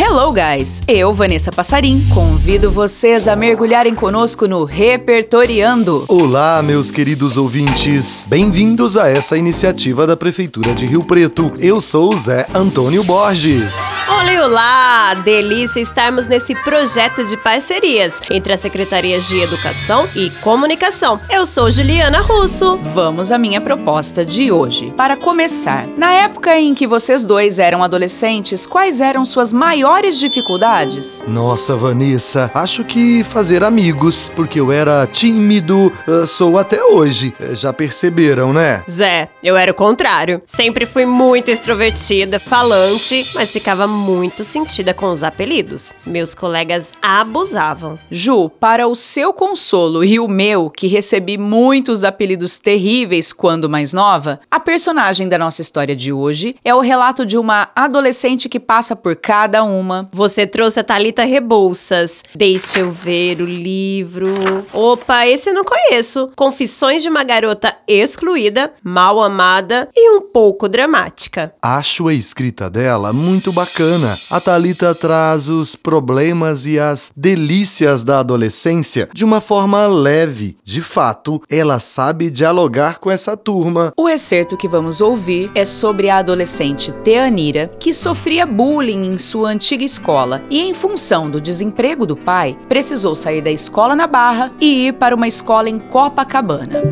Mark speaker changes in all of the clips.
Speaker 1: Hello, guys! Eu, Vanessa Passarim, convido vocês a mergulharem conosco no Repertoriando.
Speaker 2: Olá, meus queridos ouvintes. Bem-vindos a essa iniciativa da Prefeitura de Rio Preto. Eu sou o Zé Antônio Borges.
Speaker 3: Olá, olá! Delícia estarmos nesse projeto de parcerias entre as secretarias de Educação e Comunicação. Eu sou Juliana Russo.
Speaker 1: Vamos à minha proposta de hoje. Para começar, na época em que vocês dois eram adolescentes, quais eram suas maiores dificuldades?
Speaker 2: Nossa, Vanessa, acho que fazer amigos, porque eu era tímido, ah, sou até hoje. Eh, Já perceberam, né?
Speaker 3: Zé, eu era o contrário. Sempre fui muito extrovertida, falante, mas ficava muito sentida com os apelidos. Meus colegas abusavam.
Speaker 1: Ju, para o seu consolo e o meu, que recebi muitos apelidos terríveis quando mais nova, a personagem da nossa história de hoje é o relato de uma adolescente que passa por cada uma.
Speaker 3: Você trouxe a Thalita Rebouças. Deixa eu ver o livro. Opa, esse eu não conheço. Confissões de uma garota excluída, mal amada e um pouco dramática.
Speaker 2: Acho a escrita dela muito bacana. A Thalita traz os problemas e as delícias da adolescência de uma forma leve. De fato, ela sabe dialogar com essa turma.
Speaker 1: O excerto que vamos ouvir é sobre a adolescente Teanira, que sofria bullying em sua antiga escola e, em função do desemprego do pai, precisou sair da escola na Barra e ir para uma escola em Copacabana.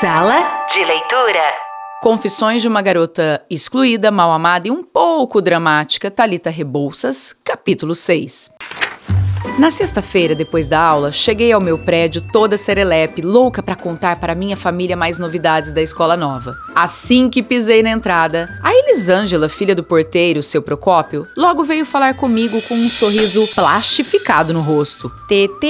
Speaker 4: Sala de leitura.
Speaker 1: Confissões de uma garota excluída, mal amada e um pouco dramática, Talita Rebouças, capítulo 6. Na sexta-feira, depois da aula, cheguei ao meu prédio toda serelepe, louca pra contar para minha família mais novidades da escola nova. Assim que pisei na entrada, a Elisângela, filha do porteiro, seu Procópio, logo veio falar comigo com um sorriso plastificado no rosto.
Speaker 3: TT!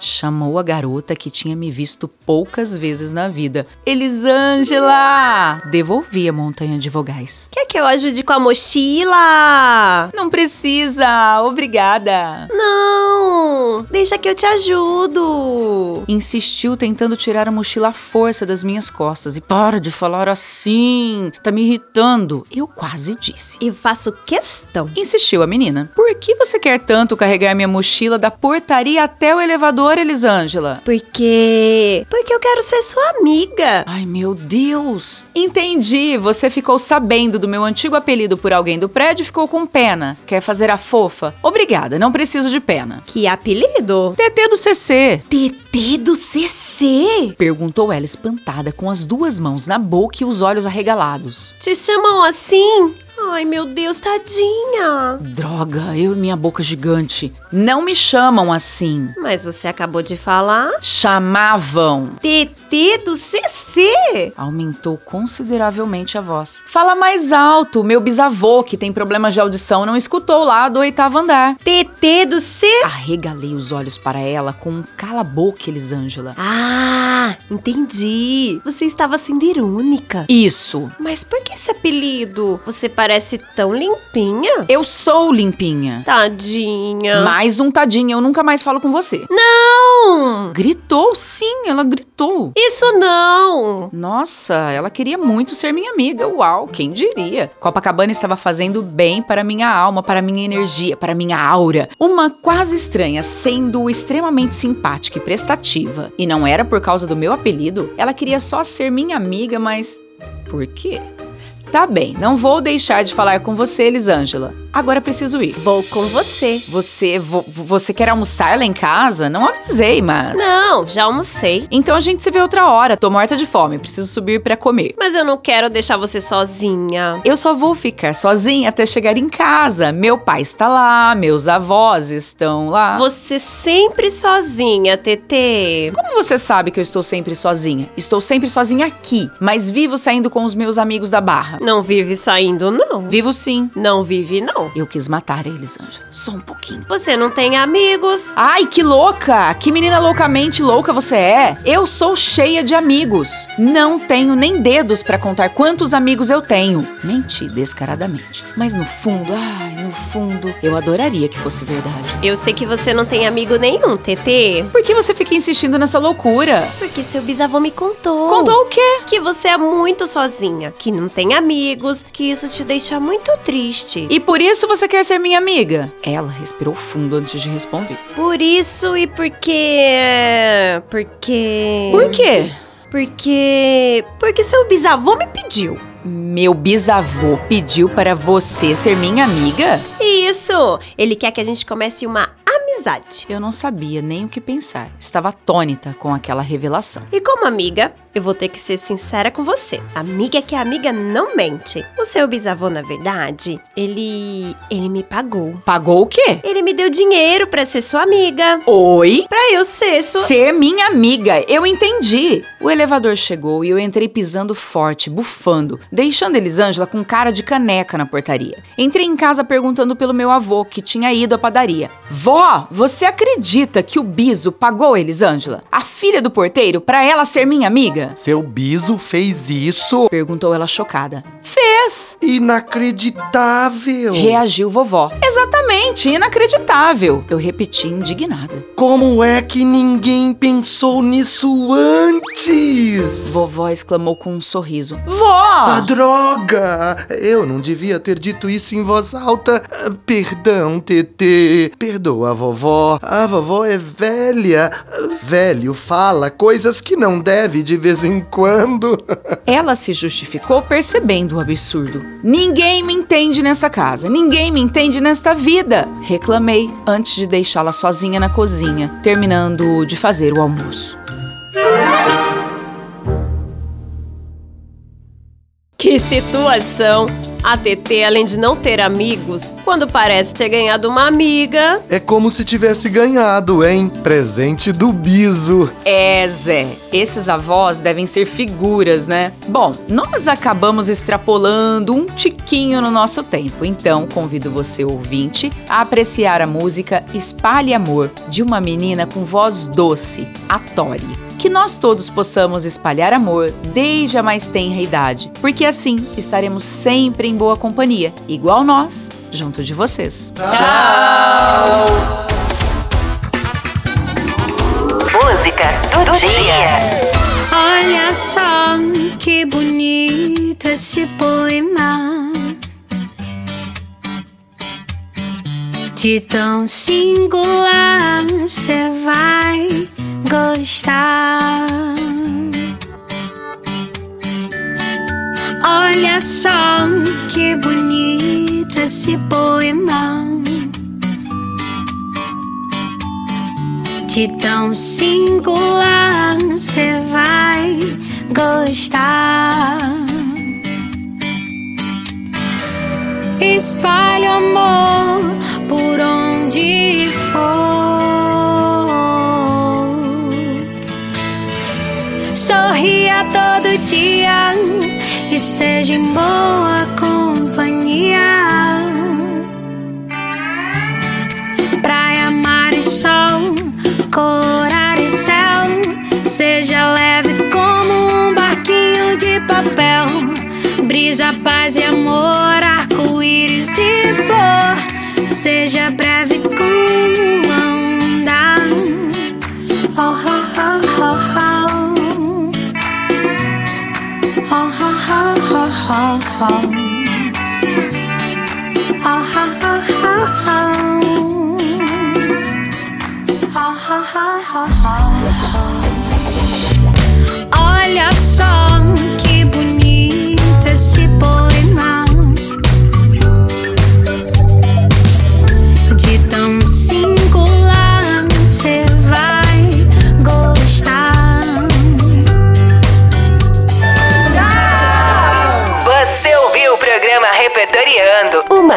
Speaker 1: Chamou a garota que tinha me visto poucas vezes na vida. Elisângela! Devolvi a montanha de vogais.
Speaker 3: Quer que eu ajude com a mochila?
Speaker 1: Não precisa, obrigada.
Speaker 3: Não! Deixa que eu te ajudo!
Speaker 1: Insistiu tentando tirar a mochila à força das minhas costas. E para de falar assim, tá me irritando. Eu quase disse.
Speaker 3: E faço questão.
Speaker 1: Insistiu a menina. Por que você quer tanto carregar minha mochila da portaria até o elevador, Elisângela?
Speaker 3: Porque. Porque eu quero ser sua amiga.
Speaker 1: Ai, meu Deus! Entendi, você ficou sabendo do meu antigo apelido por alguém do prédio e ficou com pena. Quer fazer a fofa? Obrigada, não preciso de pena.
Speaker 3: Que apelido?
Speaker 1: TT do CC.
Speaker 3: TT do CC!
Speaker 1: Perguntou ela espantada, com as duas mãos na boca e os olhos arregalados.
Speaker 3: Te chamam assim? Ai, meu Deus, tadinha!
Speaker 1: Droga, eu e minha boca gigante. Não me chamam assim.
Speaker 3: Mas você acabou de falar.
Speaker 1: Chamavam.
Speaker 3: TT do CC!
Speaker 1: Aumentou consideravelmente a voz. Fala mais alto, meu bisavô, que tem problemas de audição, não escutou lá do oitavo andar.
Speaker 3: TT do C.
Speaker 1: Arregalei os olhos para ela com um cala-boca, Elisângela.
Speaker 3: Ah, entendi. Você estava sendo irônica.
Speaker 1: Isso.
Speaker 3: Mas por que esse apelido? Você parece tão limpinha.
Speaker 1: Eu sou limpinha.
Speaker 3: Tadinha.
Speaker 1: Mais um tadinho, eu nunca mais falo com você.
Speaker 3: Não!
Speaker 1: Gritou, sim, ela gritou.
Speaker 3: Isso não!
Speaker 1: Nossa, ela queria muito ser minha amiga. Uau, quem diria? Copacabana estava fazendo bem para minha alma, para minha energia, para minha aura. Uma quase estranha, sendo extremamente simpática e prestativa. E não era por causa do meu apelido. Ela queria só ser minha amiga, mas por quê? Tá bem, não vou deixar de falar com você, Elisângela. Agora preciso ir.
Speaker 3: Vou com você.
Speaker 1: Você, vo- você quer almoçar lá em casa? Não avisei, mas.
Speaker 3: Não, já almocei.
Speaker 1: Então a gente se vê outra hora. Tô morta de fome, preciso subir para comer.
Speaker 3: Mas eu não quero deixar você sozinha.
Speaker 1: Eu só vou ficar sozinha até chegar em casa. Meu pai está lá, meus avós estão lá.
Speaker 3: Você sempre sozinha, TT.
Speaker 1: Como você sabe que eu estou sempre sozinha? Estou sempre sozinha aqui, mas vivo saindo com os meus amigos da barra.
Speaker 3: Não vive saindo, não.
Speaker 1: Vivo sim.
Speaker 3: Não vive, não.
Speaker 1: Eu quis matar a Elisângela. Só um pouquinho.
Speaker 3: Você não tem amigos.
Speaker 1: Ai, que louca! Que menina loucamente louca você é! Eu sou cheia de amigos. Não tenho nem dedos pra contar quantos amigos eu tenho. Menti descaradamente. Mas no fundo, ai, no fundo, eu adoraria que fosse verdade.
Speaker 3: Eu sei que você não tem amigo nenhum, TT.
Speaker 1: Por que você fica insistindo nessa loucura?
Speaker 3: Porque seu bisavô me contou.
Speaker 1: Contou o quê?
Speaker 3: Que você é muito sozinha, que não tem amigos, que isso te deixa muito triste.
Speaker 1: E por isso você quer ser minha amiga? Ela respirou fundo antes de responder.
Speaker 3: Por isso e porque. Porque.
Speaker 1: Por quê?
Speaker 3: Porque. Porque seu bisavô me pediu.
Speaker 1: Meu bisavô pediu para você ser minha amiga?
Speaker 3: Isso! Ele quer que a gente comece uma amizade.
Speaker 1: Eu não sabia nem o que pensar. Estava atônita com aquela revelação.
Speaker 3: E como amiga, eu vou ter que ser sincera com você. Amiga que é amiga não mente. O seu bisavô, na verdade, ele. ele me pagou.
Speaker 1: Pagou o quê?
Speaker 3: Ele me deu dinheiro pra ser sua amiga.
Speaker 1: Oi?
Speaker 3: Pra eu ser sua.
Speaker 1: Ser minha amiga, eu entendi. O elevador chegou e eu entrei pisando forte, bufando, deixando Elisângela com cara de caneca na portaria. Entrei em casa perguntando pelo meu avô, que tinha ido à padaria. Vó, você acredita que o Biso pagou a Elisângela, a filha do porteiro, pra ela ser minha amiga?
Speaker 2: Seu biso fez isso?
Speaker 1: Perguntou ela chocada. Fez!
Speaker 2: Inacreditável!
Speaker 1: Reagiu vovó. Exatamente, inacreditável! Eu repeti indignada.
Speaker 2: Como é que ninguém pensou nisso antes?
Speaker 1: Vovó exclamou com um sorriso. Vó!
Speaker 2: A droga! Eu não devia ter dito isso em voz alta. Ah, Perdão, TT. Perdoa a vovó. A vovó é velha. Ah, Velho fala coisas que não deve de vez em quando.
Speaker 1: Ela se justificou percebendo o absurdo. Ninguém me entende nessa casa, ninguém me entende nesta vida, reclamei antes de deixá-la sozinha na cozinha, terminando de fazer o almoço.
Speaker 3: Que situação! A TT, além de não ter amigos, quando parece ter ganhado uma amiga,
Speaker 2: É como se tivesse ganhado, hein? Presente do biso.
Speaker 1: É, Zé, esses avós devem ser figuras, né? Bom, nós acabamos extrapolando um tiquinho no nosso tempo, então convido você, ouvinte, a apreciar a música Espalhe Amor, de uma menina com voz doce, a Tori. Que nós todos possamos espalhar amor desde a mais tenra idade, porque assim estaremos sempre em boa companhia, igual nós, junto de vocês.
Speaker 4: Música do dia.
Speaker 5: Olha só que bonito esse poema. De tão singular você vai gostar. Olha só que bonito esse poema. de tão singular você vai gostar. Espalhe o amor por onde for. Sorria todo dia, esteja em boa companhia praia, mar e sol, corar e céu. Seja leve como um barquinho de papel. Brisa, paz e amor, arco-íris e flor. Seja breve como uma onda. Oh, oh, oh, oh, oh. Oh, oh, oh, oh, oh, oh. Olha só que bonito esse poema de tão singular. Você vai gostar.
Speaker 4: Você ouviu o programa Repertoriando, uma